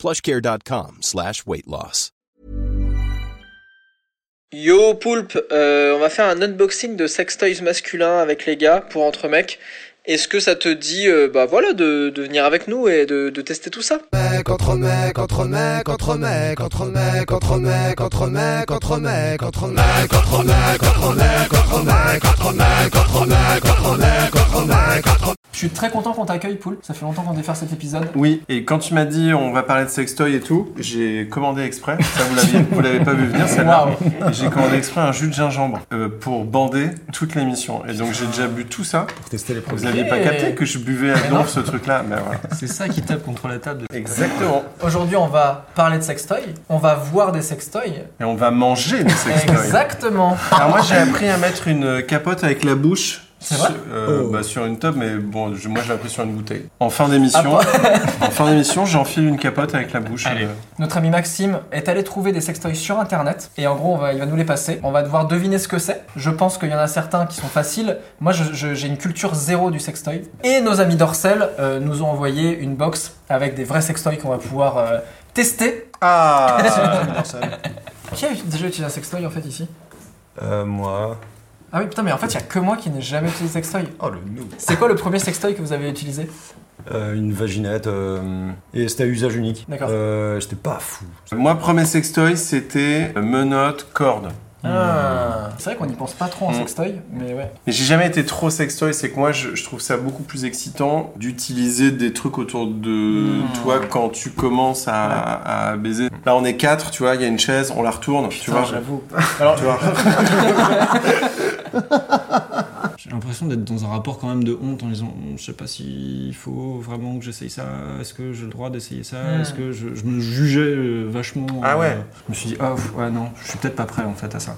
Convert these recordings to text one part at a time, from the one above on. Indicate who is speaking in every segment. Speaker 1: plushcare.com slash weight loss.
Speaker 2: Yo Poulpe, euh, on va faire un unboxing de sextoys masculin avec les gars pour entre mecs. Est-ce que ça te dit euh, bah voilà de, de venir avec nous et de, de tester tout ça
Speaker 3: mec, entre mec, entre mec, entre mec, entre mec, entre mec, entre mec, entre mec, entre mec, entre mec, entre mec, entre mec, entre mec, entre mec, entre mec, entre mec, entre
Speaker 4: Je suis très content qu'on t'accueille, Poul. Ça fait longtemps qu'on devait faire cet épisode.
Speaker 5: Oui, et quand tu m'as dit on va parler de sextoy et tout, j'ai commandé exprès, ça vous l'aviez, vous l'avez pas vu venir celle-là, Et j'ai commandé exprès un jus de gingembre euh, pour bander toute l'émission. Et donc j'ai déjà bu tout ça.
Speaker 6: Tester les produits.
Speaker 5: Vous n'aviez pas capté que je buvais à donf ce truc-là, mais voilà.
Speaker 7: C'est ça qui tape contre la table.
Speaker 5: Exactement.
Speaker 4: Aujourd'hui, on va parler de sextoy. On va voir des sextoys.
Speaker 5: Et on va manger des sextoys.
Speaker 4: Exactement.
Speaker 5: Alors moi j'ai appris à mettre une euh, capote avec la bouche.
Speaker 4: C'est vrai
Speaker 5: sur, euh,
Speaker 6: Oh.
Speaker 5: bah, sur une table, mais bon, je- moi j'ai appris sur une bouteille. En fin d'émission,
Speaker 4: Ah
Speaker 5: en fin d'émission, j'enfile une capote avec la bouche.
Speaker 7: Allez.
Speaker 5: euh,
Speaker 4: Notre ami Maxime est allé trouver des sextoys sur internet et en gros on va- il va nous les passer. On va devoir deviner ce que c'est. Je pense qu'il y en a certains qui sont faciles. Moi je- je- j'ai une culture zéro du sextoy. Et nos amis d'Orcel euh, nous ont envoyé une box avec des vrais sextoys qu'on va pouvoir euh, tester.
Speaker 5: Ah
Speaker 4: Qui a déjà utilisé un sextoy en fait ici
Speaker 6: Euh, moi.
Speaker 4: Ah oui putain mais en fait il y a que moi qui n'ai jamais utilisé de sextoy.
Speaker 6: Oh le nous.
Speaker 4: C'est quoi le premier sextoy que vous avez utilisé
Speaker 6: Euh, une vaginette. euh, et c'était à usage unique.
Speaker 4: D'accord.
Speaker 6: Euh, c'était pas fou.
Speaker 5: Moi, premier sextoy, c'était menottes, corde.
Speaker 4: Ah. C'est vrai qu'on n'y pense pas trop en
Speaker 5: Mm.
Speaker 4: sextoy, mais ouais.
Speaker 5: Mais j'ai jamais été trop sextoy, c'est que moi, je, je trouve ça beaucoup plus excitant d'utiliser des trucs autour
Speaker 7: Hmm.
Speaker 5: de toi quand tu commences à, à baiser. Là, on est quatre, tu vois, il y a une chaise, on la retourne, tu vois.
Speaker 4: j'avoue.
Speaker 5: Tu vois.
Speaker 7: J'ai l'impression d'être dans un rapport quand même de honte en disant je sais pas s'il faut vraiment que j'essaye ça, est-ce que j'ai le droit d'essayer ça,
Speaker 4: Hmm.
Speaker 7: est-ce que je, je me jugeais euh, vachement.
Speaker 5: Ah ouais.
Speaker 7: je me suis dit ah pff, ouais non, je suis peut-être pas prêt en fait à ça.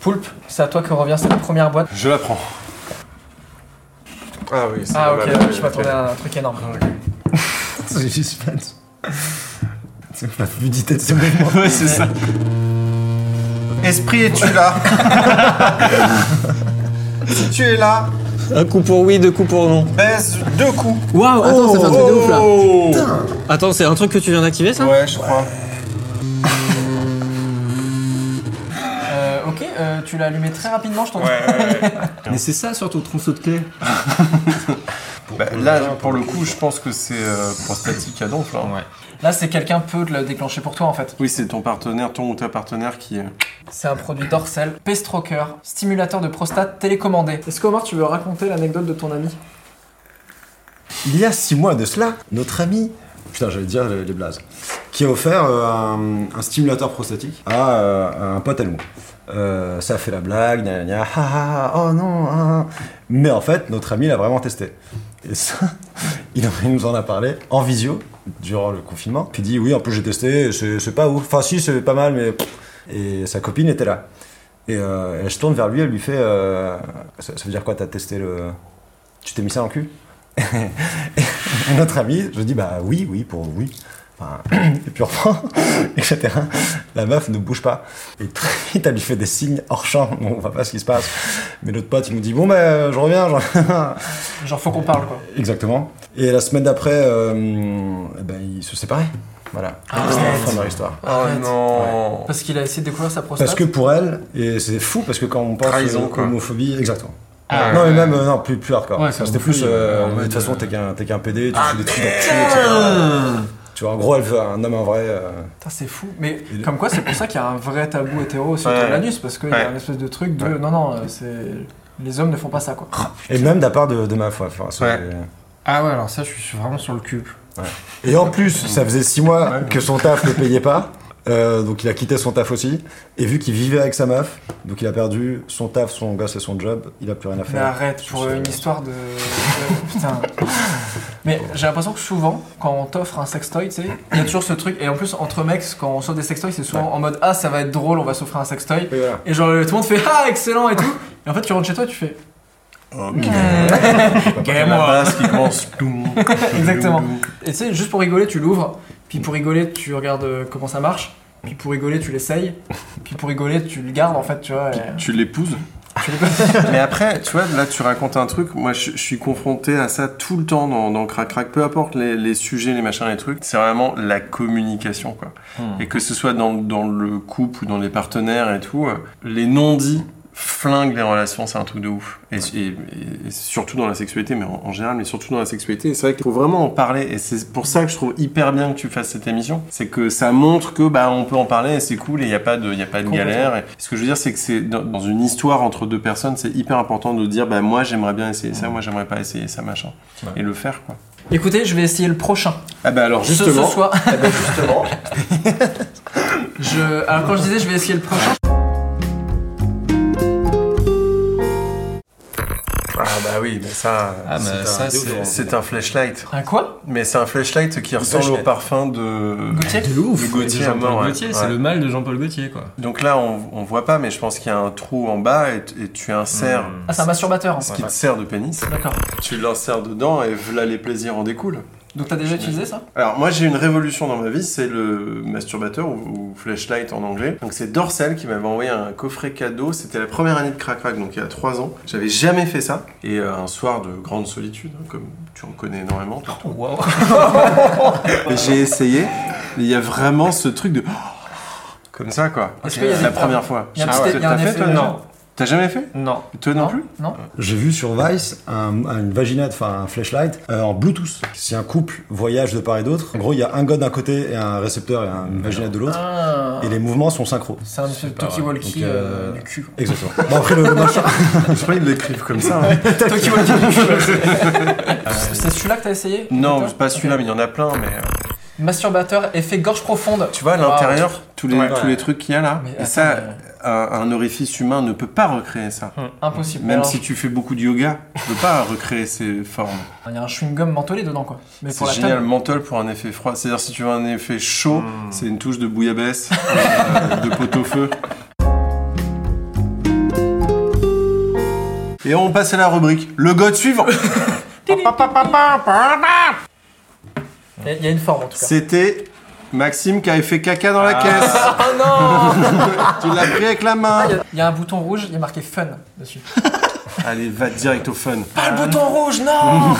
Speaker 4: Poulpe, c'est à toi que revient cette première boîte.
Speaker 5: Je la prends. Ah oui, c'est
Speaker 4: Ah ok,
Speaker 5: pas mal.
Speaker 4: je m'attendais à un truc énorme.
Speaker 6: J'ai suspense. C'est la fluidité de ce mouvement.
Speaker 5: Ouais, c'est ça. Esprit, es-tu là Si tu es là,
Speaker 7: Un coup pour oui, deux coups pour non.
Speaker 5: baisse deux coups.
Speaker 7: Waouh, attends, ça fait un truc de ouf là.
Speaker 5: Oh
Speaker 7: Attends, c'est un truc que tu viens d'activer ça
Speaker 5: Ouais, je crois.
Speaker 4: Euh, ok, euh, tu l'as allumé très rapidement, je t'en
Speaker 5: Ouais, ouais, ouais.
Speaker 7: Mais c'est ça sur ton tronçon de clé.
Speaker 5: Bah, là, pour le coup, je pense que c'est euh, pour statique à donf. Là.
Speaker 4: Là, c'est quelqu'un peut le déclencher pour toi en fait.
Speaker 5: Oui, c'est ton partenaire, ton ou ta partenaire qui. euh,
Speaker 4: C'est un produit d'Orcel, Pestrocker, stimulateur de prostate télécommandé. Est-ce que Omar, tu veux raconter l'anecdote de ton ami
Speaker 6: Il y a six mois de cela, notre ami, putain j'allais dire les, les blazes, qui a offert euh, un, un stimulateur prostatique à, euh, un pote à nous. Euh, ça a fait la blague, gna gna gna, ha, ha, ha, oh non, ah, ah. mais en fait notre ami l'a vraiment testé. Et ça, il, en- il nous en a parlé en visio durant le confinement. Il dit oui, en plus j'ai testé, c'est c'est pas ouf, enfin si c'est pas mal, mais et sa copine était là. Et, euh, et je tourne vers lui, elle lui fait euh, ça, ça veut dire quoi T'as testé le, tu t'es mis ça en cul et notre ami, je dis bah oui, oui, pour oui. Enfin, et puis on reprend, etc. La meuf ne bouge pas. Et très vite, elle lui fait des signes hors champ. Bon, on voit pas ce qui se passe. Mais notre pote, il nous dit Bon, ben, euh, je reviens. je reviens.
Speaker 4: Genre, faut qu'on parle quoi.
Speaker 6: Exactement. Et la semaine d'après, euh, eh ben, ils se séparaient. Voilà. C'est la fin de leur histoire.
Speaker 5: Oh non
Speaker 4: Parce qu'il a essayé de découvrir sa prostate.
Speaker 6: Parce que pour elle, et c'est fou parce que quand on pense
Speaker 5: Trahison,
Speaker 6: euh,
Speaker 5: quoi.
Speaker 6: homophobie, exactement. non, mais même euh, non, plus, plus hardcore.
Speaker 7: Ouais, c'est
Speaker 6: C'était
Speaker 7: beaucoup
Speaker 6: plus.
Speaker 7: plus,
Speaker 6: euh,
Speaker 7: en
Speaker 6: de
Speaker 7: mode,
Speaker 6: toute façon,
Speaker 7: euh,
Speaker 6: t'es qu'un t'es qu'un PD, tu fais des trucs dans le cul, etc. Tu vois, en gros, elle veut un homme en vrai. euh,
Speaker 4: Putain, c'est fou. Mais comme quoi, c'est pour ça qu'il y a un vrai tabou hétéro aussi autour
Speaker 5: Ouais.
Speaker 4: de l'anus. Parce qu'il y
Speaker 5: Ouais.
Speaker 4: a une espèce de truc de non, non, euh, c'est. Les hommes ne font pas ça quoi.
Speaker 6: Et même de la part de, de ma foi. Enfin, c'est-
Speaker 5: Ouais.
Speaker 7: Ah ouais, alors ça, je suis vraiment sur le cul.
Speaker 6: Et en plus, ça faisait 6 mois que son taf ne payait pas. Euh, donc il a quitté son taf aussi. Et vu qu'il vivait avec sa meuf, donc il a perdu son taf, son gosse et son job, il a plus rien à
Speaker 4: Mais
Speaker 6: faire.
Speaker 7: Bah.
Speaker 4: arrête, pour une histoire de. de- Putain. Mais j'ai l'impression que souvent, quand on t'offre un sextoy, tu sais, il y a toujours ce truc. Et en plus, entre mecs, quand on sort des sextoys, c'est souvent en mode Ah, ça va être drôle, on va s'offrir un sextoy.
Speaker 6: Oui, voilà.
Speaker 4: Et genre, tout le monde fait Ah, excellent et tout. Et en fait, tu rentres chez toi, tu fais
Speaker 5: La basse qui commence. Doum,
Speaker 4: Exactement.
Speaker 5: doum, doum.
Speaker 4: Et tu sais, juste pour rigoler, tu l'ouvres. Puis pour rigoler, tu regardes euh, comment ça marche. Puis pour rigoler, tu l'essayes. Puis pour rigoler, tu le gardes en fait, tu vois. et-
Speaker 5: Tu l'épouses Mais après, tu vois, là, tu racontes un truc. Moi, je, je suis confronté à ça tout le temps dans, dans Crac Crac, peu importe les, les sujets, les machins, les trucs. C'est vraiment la communication, quoi. Et que ce soit dans, dans le couple ou dans les partenaires et tout, euh, les non-dits flinguent les relations, c'est un truc de ouf. Et, et- et- et surtout dans la sexualité, mais en, en général, mais surtout dans la sexualité. Et c'est vrai qu'il faut vraiment en parler. Et c'est pour ça que je trouve hyper bien que tu fasses cette émission. C'est que ça montre que bah on peut en parler et c'est cool et il n'y a pas de, y a pas de
Speaker 4: Complètement.
Speaker 5: galère. Et ce que je veux dire, c'est que c'est dans, dans une histoire entre deux personnes, c'est hyper important de dire bah moi j'aimerais bien essayer ça, moi j'aimerais pas essayer ça, machin. Et le faire, quoi.
Speaker 4: Écoutez, je vais essayer le prochain.
Speaker 5: Ah bah alors
Speaker 4: Ce-
Speaker 5: justement. Eh ben,
Speaker 4: Ce, soir. Je- alors quand je disais, je vais essayer le prochain.
Speaker 5: Ah bah oui, mais ça,
Speaker 7: Ah, mais
Speaker 5: c'est
Speaker 7: ça,
Speaker 5: un-
Speaker 7: c'est-
Speaker 5: c'est un flashlight.
Speaker 4: Un quoi
Speaker 5: Mais c'est un flashlight qui ressemble au
Speaker 6: flashlight.
Speaker 5: parfum de.
Speaker 4: Gauthier
Speaker 7: De ouf
Speaker 5: De Gauthier, à mort,
Speaker 7: Jean-Paul
Speaker 5: ouais.
Speaker 7: Gauthier, c'est
Speaker 5: Ouais.
Speaker 7: le mal de Jean-Paul Gauthier, quoi.
Speaker 5: Donc là, on, on voit pas, mais je pense qu'il y a un trou en bas et, et tu insères
Speaker 4: Ah, c'est un masturbateur.
Speaker 5: ce qui te sert de pénis.
Speaker 4: D'accord.
Speaker 5: Hmm, Tu l'insères dedans et voilà les plaisirs en découlent.
Speaker 4: Donc t'as déjà utilisé ça
Speaker 5: Alors moi, j'ai une révolution dans ma vie, c'est le masturbateur ou, ou flashlight en anglais. Donc c'est Dorsel qui m'avait envoyé un coffret cadeau. C'était la première année de Crac Crac, donc il y a trois ans. J'avais jamais fait ça. Et euh, un soir de grande solitude, hein, comme tu en connais énormément. toi.
Speaker 4: Wow.
Speaker 5: Mais j'ai essayé. Il y a vraiment ce truc de. oh, Comme ça, quoi.
Speaker 4: Est-ce
Speaker 5: C'est
Speaker 4: qu'il y a
Speaker 5: la
Speaker 4: des-
Speaker 5: première fois.
Speaker 4: Il y a un
Speaker 5: Ah
Speaker 4: petit-
Speaker 5: ouais.
Speaker 4: il y a un
Speaker 5: T'as fait,
Speaker 4: effet
Speaker 5: toi,
Speaker 4: déjà
Speaker 5: non T'as jamais fait
Speaker 7: Non.
Speaker 5: Toi non plus
Speaker 4: Non
Speaker 6: J'ai vu sur Vice un- un- une vaginette, enfin un flashlight, euh, en Bluetooth. Si un couple voyage de part et d'autre, en gros, il y a un god d'un côté et un récepteur et un- une vaginette de l'autre,
Speaker 4: Ah.
Speaker 6: et les mouvements sont synchro.
Speaker 4: C'est un espèce de talkie-walkie
Speaker 6: Donc,
Speaker 4: euh,
Speaker 6: euh,
Speaker 4: du cul.
Speaker 6: Exactement. Bon, après, le, le machin.
Speaker 5: Je crois qu'ils l'écrivent comme ça. hein.
Speaker 4: Talkie-walkie du cul. C'est celui-là que t'as essayé
Speaker 5: Non,
Speaker 4: Victor
Speaker 5: c'est pas celui-là,
Speaker 4: Ok.
Speaker 5: mais il y en a plein. Mais euh,
Speaker 4: Masturbateur, effet gorge profonde.
Speaker 5: tu vois, à
Speaker 4: Wow.
Speaker 5: l'intérieur, tous les
Speaker 6: Ouais.
Speaker 5: tous les trucs qu'il y a là.
Speaker 4: Mais
Speaker 5: et
Speaker 4: attends,
Speaker 5: ça,
Speaker 4: mais-
Speaker 5: un, un orifice humain ne peut pas recréer ça.
Speaker 4: Impossible.
Speaker 5: Même
Speaker 4: Alors,
Speaker 5: si tu fais beaucoup de yoga, tu peux pas recréer ces formes.
Speaker 4: Il y a un chewing-gum mentholé dedans, quoi. Mais pour
Speaker 5: C'est
Speaker 4: la
Speaker 5: génial,
Speaker 4: table. Hum.
Speaker 5: menthol pour un effet froid. C'est-à-dire si tu veux un effet chaud, c'est une touche de bouillabaisse, euh, de pot-au-feu. Et on passe à la rubrique. Le god suivant
Speaker 4: Il y a- il y a une forme, en tout cas.
Speaker 5: C'était Maxime qui avait fait caca dans la caisse.
Speaker 4: Oh non
Speaker 5: tu l'as pris avec la main.
Speaker 4: Il y a un bouton rouge, il y a marqué fun dessus.
Speaker 5: Allez, va direct au fun.
Speaker 4: Pas le bouton rouge, non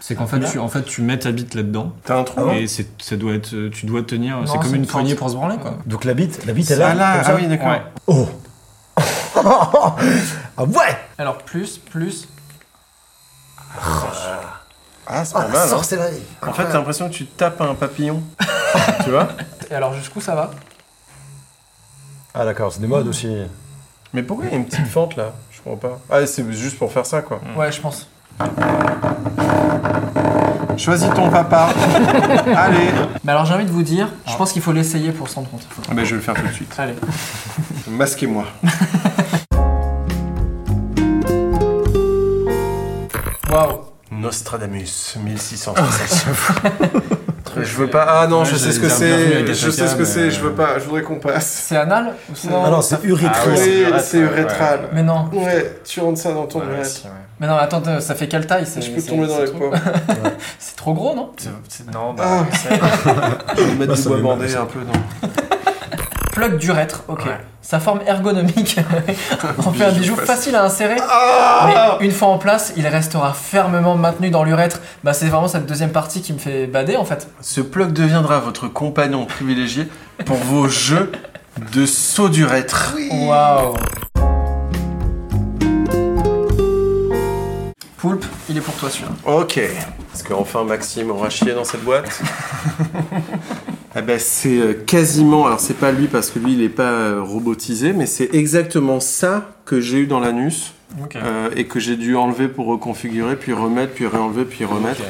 Speaker 7: C'est qu'en fait, tu, en fait, tu mets ta bite là-dedans.
Speaker 5: T'as un
Speaker 4: Ah
Speaker 5: trou
Speaker 7: et c'est, ça doit être, euh, tu dois tenir, c'est
Speaker 4: c'est
Speaker 7: comme
Speaker 4: une
Speaker 7: une poignée
Speaker 4: sorte.
Speaker 7: pour se branler quoi.
Speaker 6: Donc la bite, la bite est là.
Speaker 5: Ah là,
Speaker 6: comme ça.
Speaker 5: ah oui, d'accord.
Speaker 7: Ouais.
Speaker 6: Oh Ah ouais
Speaker 4: Alors, plus, plus.
Speaker 5: Ah, c'est
Speaker 6: Ah,
Speaker 5: pas
Speaker 6: la
Speaker 5: mal. hein.
Speaker 6: sorcellerie
Speaker 5: En fait, t'as l'impression que tu tapes un papillon. tu vois
Speaker 4: Et alors, jusqu'où ça va
Speaker 6: Ah d'accord, c'est des modes aussi.
Speaker 5: Mais pourquoi il y a une petite fente là Je comprends pas. Ah, c'est juste pour faire ça quoi.
Speaker 4: Mm. Ouais, je pense.
Speaker 5: Choisis ton papa. Allez.
Speaker 4: Mais alors, j'ai envie de vous dire, je pense qu'il faut l'essayer pour se rendre compte.
Speaker 5: Ah, ben, je vais le faire tout de suite.
Speaker 4: Allez.
Speaker 5: Masquez-moi.
Speaker 4: Waouh.
Speaker 5: Nostradamus, Ah, 1669. je veux pas. Ah non, je
Speaker 7: Ouais,
Speaker 5: sais ce que
Speaker 7: j'allais dire bienvenue
Speaker 5: c'est.
Speaker 7: à
Speaker 5: Je
Speaker 7: Gattaca,
Speaker 5: sais ce que c'est.
Speaker 7: mais-
Speaker 5: Je veux pas. Je voudrais qu'on passe.
Speaker 4: C'est anal ou c'est.
Speaker 6: Ah non, c'est
Speaker 5: Oui,
Speaker 6: urétrice.
Speaker 5: c'est rétral.
Speaker 4: Mais non,
Speaker 5: Ouais, tu rentres ça dans ton urètre.
Speaker 4: mais non, attends, euh, ça fait quelle taille c'est-
Speaker 5: Je peux
Speaker 4: c'est-
Speaker 5: tomber dans
Speaker 4: c'est
Speaker 5: les
Speaker 4: trop-
Speaker 5: poids.
Speaker 4: C'est trop gros, non
Speaker 7: Non, bah.
Speaker 5: Ah, je vais mettre
Speaker 6: Bah,
Speaker 5: du
Speaker 6: ça
Speaker 5: bois
Speaker 6: fait mal,
Speaker 5: bandé
Speaker 6: ça.
Speaker 5: un peu dans.
Speaker 4: Plug d'urètre, ok. Sa forme ergonomique en fait un
Speaker 5: Bijou
Speaker 4: bijou
Speaker 5: facile.
Speaker 4: facile à insérer.
Speaker 5: Ah
Speaker 4: mais une fois en place, il restera fermement maintenu dans l'urètre. Bah, c'est vraiment cette deuxième partie qui me fait bader en fait.
Speaker 5: Ce plug deviendra votre compagnon privilégié pour vos jeux de saut d'urètre.
Speaker 4: Waouh. Poulpe, il est pour toi celui-là.
Speaker 5: Ok. Est-ce qu'enfin Maxime aura chié dans cette boîte Ah ben c'est euh, quasiment, alors c'est pas lui parce que lui il est pas euh, robotisé, mais c'est exactement ça que j'ai eu dans l'anus
Speaker 4: Ok.
Speaker 5: euh, et que j'ai dû enlever pour reconfigurer, puis remettre, puis réenlever, puis remettre.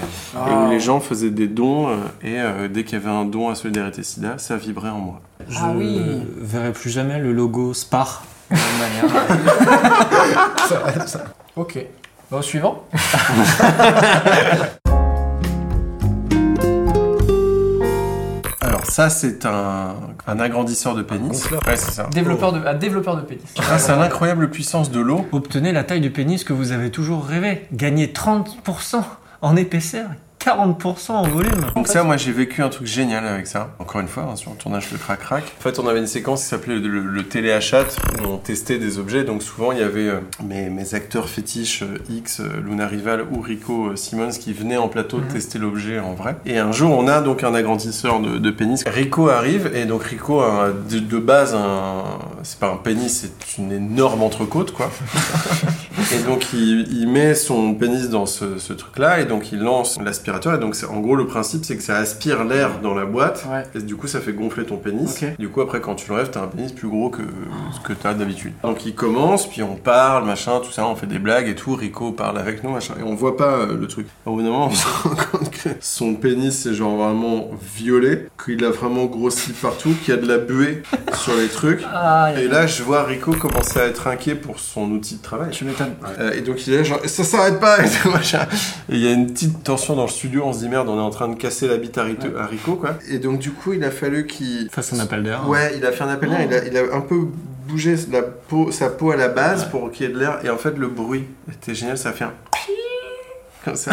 Speaker 5: Et où les gens faisaient des dons, euh, et euh, dès qu'il y avait un don à Solidarité Sida, ça vibrait en moi.
Speaker 7: Je
Speaker 4: Ah oui.
Speaker 7: verrai plus jamais le logo Spar. de la même manière.
Speaker 4: Ok. Bah, au suivant.
Speaker 5: Alors ça, c'est un, un agrandisseur de pénis.
Speaker 6: gonfleur.
Speaker 5: ouais, c'est ça. Ah,
Speaker 4: Développeur de, ah, développeur de pénis.
Speaker 5: Grâce à l'incroyable puissance de l'eau,
Speaker 7: Obtenez la taille du pénis que vous avez toujours rêvé. Gagnez 30% en épaisseur, 40% en volume.
Speaker 5: Donc ça, moi, j'ai vécu un truc génial avec ça. Encore une fois, hein, sur le tournage de Crac Crac. En fait, on avait une séquence qui s'appelait le, le téléachat où on testait des objets. Donc souvent, il y avait euh, mes, mes acteurs fétiches euh, X, euh, Luna Rival ou Rico euh, Simmons qui venaient en plateau
Speaker 4: Mhm.
Speaker 5: tester l'objet en vrai. Et un jour, on a donc un agrandisseur de, de pénis. Rico arrive et donc Rico a de, de base un... C'est pas un pénis, c'est une énorme entrecôte, quoi. Et donc il, il met son pénis dans ce, ce truc-là et donc il lance l'aspirateur et donc c'est- en gros le principe c'est que ça aspire l'air dans la boîte
Speaker 4: Ouais.
Speaker 5: et du coup ça fait gonfler ton pénis.
Speaker 4: Ok.
Speaker 5: Du coup après quand tu l'enlèves t'as un pénis plus gros que ce que t'as d'habitude. Donc il commence puis on parle machin tout ça on fait des blagues et tout Rico parle avec nous machin et on voit pas euh, le truc. Au bout d'un moment on se rend compte que son pénis c'est genre vraiment violet qu'il a vraiment grossi partout qu'il y a de la buée sur les trucs.
Speaker 4: Ah, il y a-
Speaker 5: Et là, je vois Rico commencer à être inquiet pour son outil de travail.
Speaker 7: Tu m'étonnes.
Speaker 5: Euh, et donc il est là, genre, ça s'arrête pas et tout, machin. Et il y a une petite tension dans le studio, on se dit merde, on est en train de casser la bite à, Rito- à Rico, quoi. Et donc du coup, il a fallu qu'il.
Speaker 7: Face à un appel d'air. hein.
Speaker 5: Ouais, il a fait un appel d'air, il a, il a un peu bougé la peau, sa peau à la base pour qu'il y ait de l'air. Et en fait, le bruit était génial, ça fait un. Comme ça.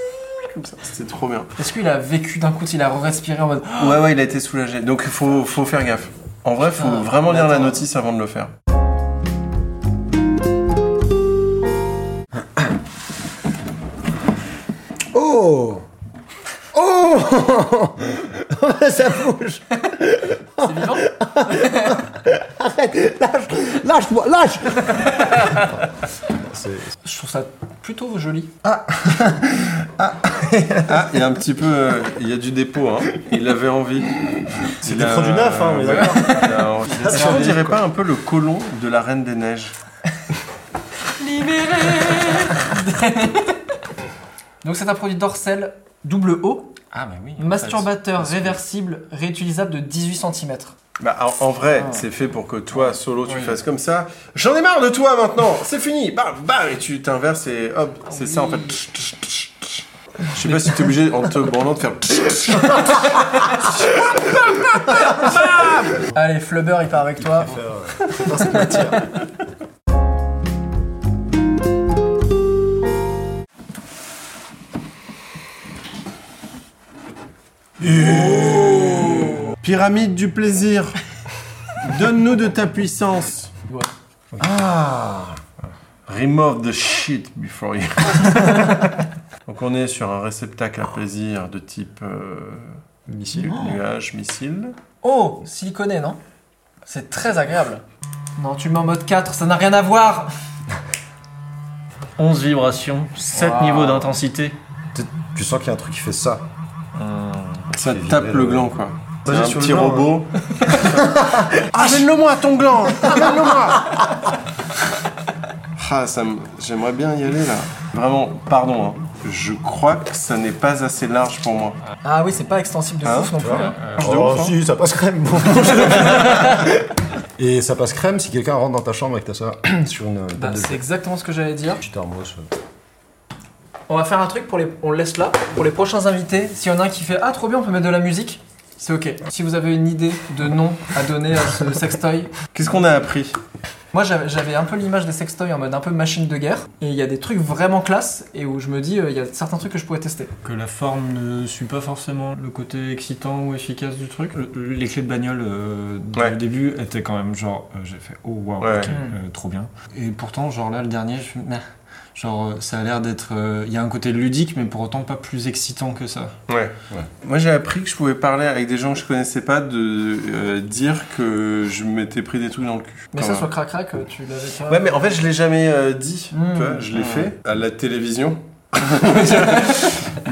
Speaker 5: Comme ça. C'était trop bien.
Speaker 4: Est-ce qu'il a vécu d'un coup, il a respiré en mode. oh,
Speaker 5: Ouais, ouais, il a été soulagé. Donc il faut, faut faire gaffe. En vrai, faut
Speaker 4: Ah,
Speaker 5: vraiment lire la
Speaker 4: d'accord.
Speaker 5: notice avant de le faire.
Speaker 3: Oh Oh Ça bouge
Speaker 4: C'est vivant
Speaker 3: Arrête Lâche Lâche-moi Lâche
Speaker 4: Je trouve ça plutôt joli.
Speaker 5: Ah, il y a un petit peu. euh, Il y a du dépôt, hein. Il avait envie. C'est
Speaker 6: des produits neufs, hein, on est d'accord. Ah,
Speaker 5: Est-ce qu'on dirait pas un peu le colon de la Reine des Neiges
Speaker 4: Donc c'est un produit dorsal double O,
Speaker 7: Ah bah oui.
Speaker 4: masturbateur réversible, réutilisable de 18 cm.
Speaker 5: Bah, en, en vrai,
Speaker 4: Ah.
Speaker 5: c'est fait pour que toi, solo, tu fasses comme ça. J'en ai marre de toi maintenant C'est fini Bam, bam Et tu t'inverses et hop, c'est ça en fait. Tch, tch, tch, tch. Je sais pas si t'es obligé en te branlant de faire. tch, tch.
Speaker 4: Allez, Flubber, il part avec toi.
Speaker 5: Pyramide du plaisir Donne-nous de ta puissance
Speaker 4: Ouais.
Speaker 5: Ah Remove the shit before you. Donc on est sur un réceptacle à plaisir de type euh,
Speaker 7: Missile.
Speaker 5: nu- nuage, missile.
Speaker 4: Oh, siliconé, non C'est très agréable. Non, tu le mets en mode 4, ça n'a rien à voir
Speaker 7: 11 vibrations, 7
Speaker 4: Wow.
Speaker 7: niveaux d'intensité.
Speaker 6: Tu sens qu'il y a un truc qui fait ça.
Speaker 5: Ça
Speaker 6: C'est
Speaker 5: tape
Speaker 6: vibré,
Speaker 5: le
Speaker 6: ouais.
Speaker 5: gland quoi. C'est
Speaker 6: Ça, j'ai
Speaker 5: un
Speaker 6: sur le
Speaker 5: petit
Speaker 6: gland,
Speaker 5: robot. hein. Amène-le moi ton gland Amène-le moi Ah ça me- j'aimerais bien y aller là. Vraiment, pardon. hein. Je crois que ça n'est pas assez large pour moi.
Speaker 4: Ah oui, c'est pas extensible de
Speaker 5: Ah,
Speaker 4: ouf non plus. hein.
Speaker 6: Oh,
Speaker 5: ouf, hein.
Speaker 6: si, ça passe crème. bon. Et ça passe crème si quelqu'un rentre dans ta chambre et que t'as ça sur une table
Speaker 4: Bah,
Speaker 6: de
Speaker 4: c'est
Speaker 6: jeu. euh,
Speaker 4: exactement ce que j'allais dire.
Speaker 6: Petit thermos.
Speaker 4: On va faire un truc pour les. On le laisse là. Pour les prochains invités, s'il y en a un qui fait Ah, trop bien, on peut mettre de la musique, c'est ok. Si vous avez une idée de nom à donner à ce sextoy,
Speaker 5: Qu'est-ce qu'on a appris
Speaker 4: Moi j'avais j'avais un peu l'image des sextoys en mode un peu machine de guerre, et il y a des trucs vraiment classe, et où je me dis, euh, il y a certains trucs que je pourrais tester.
Speaker 7: Que la forme ne suit pas forcément le côté excitant ou efficace du truc. Le- les clés de bagnole euh, du
Speaker 5: Ouais.
Speaker 7: début étaient quand même genre, euh, j'ai fait oh waouh,
Speaker 5: Ouais.
Speaker 7: ok, euh, trop bien. Et pourtant, genre là, le dernier, je suis meh. genre euh, ça a l'air d'être. euh, Il y a un côté ludique, mais pour autant pas plus excitant que ça.
Speaker 5: Ouais. Moi, j'ai appris que je pouvais parler avec des gens que je connaissais pas de euh, dire que je m'étais pris des trucs dans le cul.
Speaker 4: Mais
Speaker 5: Quand
Speaker 4: ça
Speaker 5: même.
Speaker 4: sur Crac-Crac, euh, tu l'avais pas.
Speaker 5: Ouais, mais en fait, je l'ai jamais euh, dit.
Speaker 4: Mm.
Speaker 5: Tu vois, je l'ai
Speaker 7: Ah.
Speaker 5: fait à la télévision.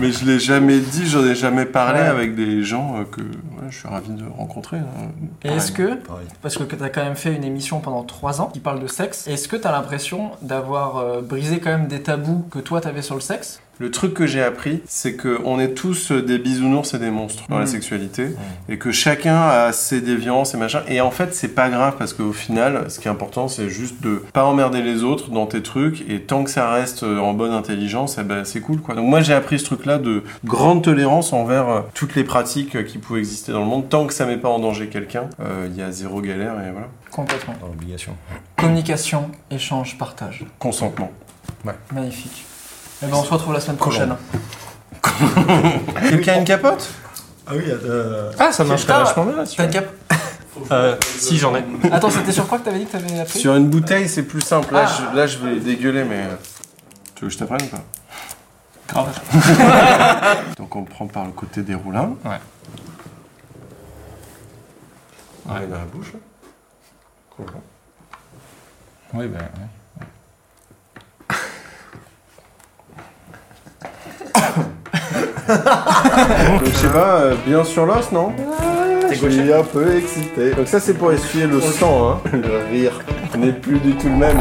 Speaker 5: Mais je l'ai jamais dit, j'en ai jamais parlé
Speaker 4: Ouais.
Speaker 5: avec des gens euh, que ouais, je suis ravi de rencontrer. hein.
Speaker 4: Et est-ce que,
Speaker 6: Pareil.
Speaker 4: parce que tu as quand même fait une émission pendant 3 ans qui parle de sexe, est-ce que tu as l'impression d'avoir euh, brisé quand même des tabous que toi t'avais sur le sexe
Speaker 5: Le truc que j'ai appris, c'est que on est tous des bisounours et des monstres dans la
Speaker 4: Mm.
Speaker 5: sexualité, et que chacun a ses déviances et machin. Et en fait, c'est pas grave parce qu'au final, ce qui est important, c'est juste de pas emmerder les autres dans tes trucs, et tant que ça reste euh, en bonne intelligence, eh ben, c'est cool quoi. Donc moi, j'ai appris ce truc-là de grande tolérance envers euh, toutes les pratiques euh, qui pouvaient exister dans le monde, tant que ça met pas en danger quelqu'un, euh, il y a zéro galère et voilà.
Speaker 4: Complètement.
Speaker 6: Dans l'obligation.
Speaker 4: Communication, échange, partage.
Speaker 5: Consentement.
Speaker 4: Magnifique. Et ben on se retrouve la semaine prochaine.
Speaker 5: Quelqu'un a une capote
Speaker 6: Ah oui, euh,
Speaker 8: Ah, ça marche
Speaker 4: Putain.
Speaker 8: vachement bien là-dessus.
Speaker 4: T'as une cap
Speaker 8: Euh, si, j'en ai.
Speaker 4: Attends, c'était sur quoi que t'avais dit que t'avais appris
Speaker 5: Sur une bouteille, c'est plus simple. Là,
Speaker 4: Ah.
Speaker 5: je, là, je vais dégueuler, mais. euh, Tu veux que je t'apprenne ou pas
Speaker 8: Grave.
Speaker 5: Donc, on prend par le côté des roulins.
Speaker 8: Ouais.
Speaker 5: On met dans la bouche, là. Cool. hein
Speaker 8: Oui, bah, ouais.
Speaker 5: Donc, je sais pas, euh, bien sur l'os, non Je suis un peu excité. Donc, ça, c'est pour essuyer le sang, hein. Le rire n'est plus du tout le même.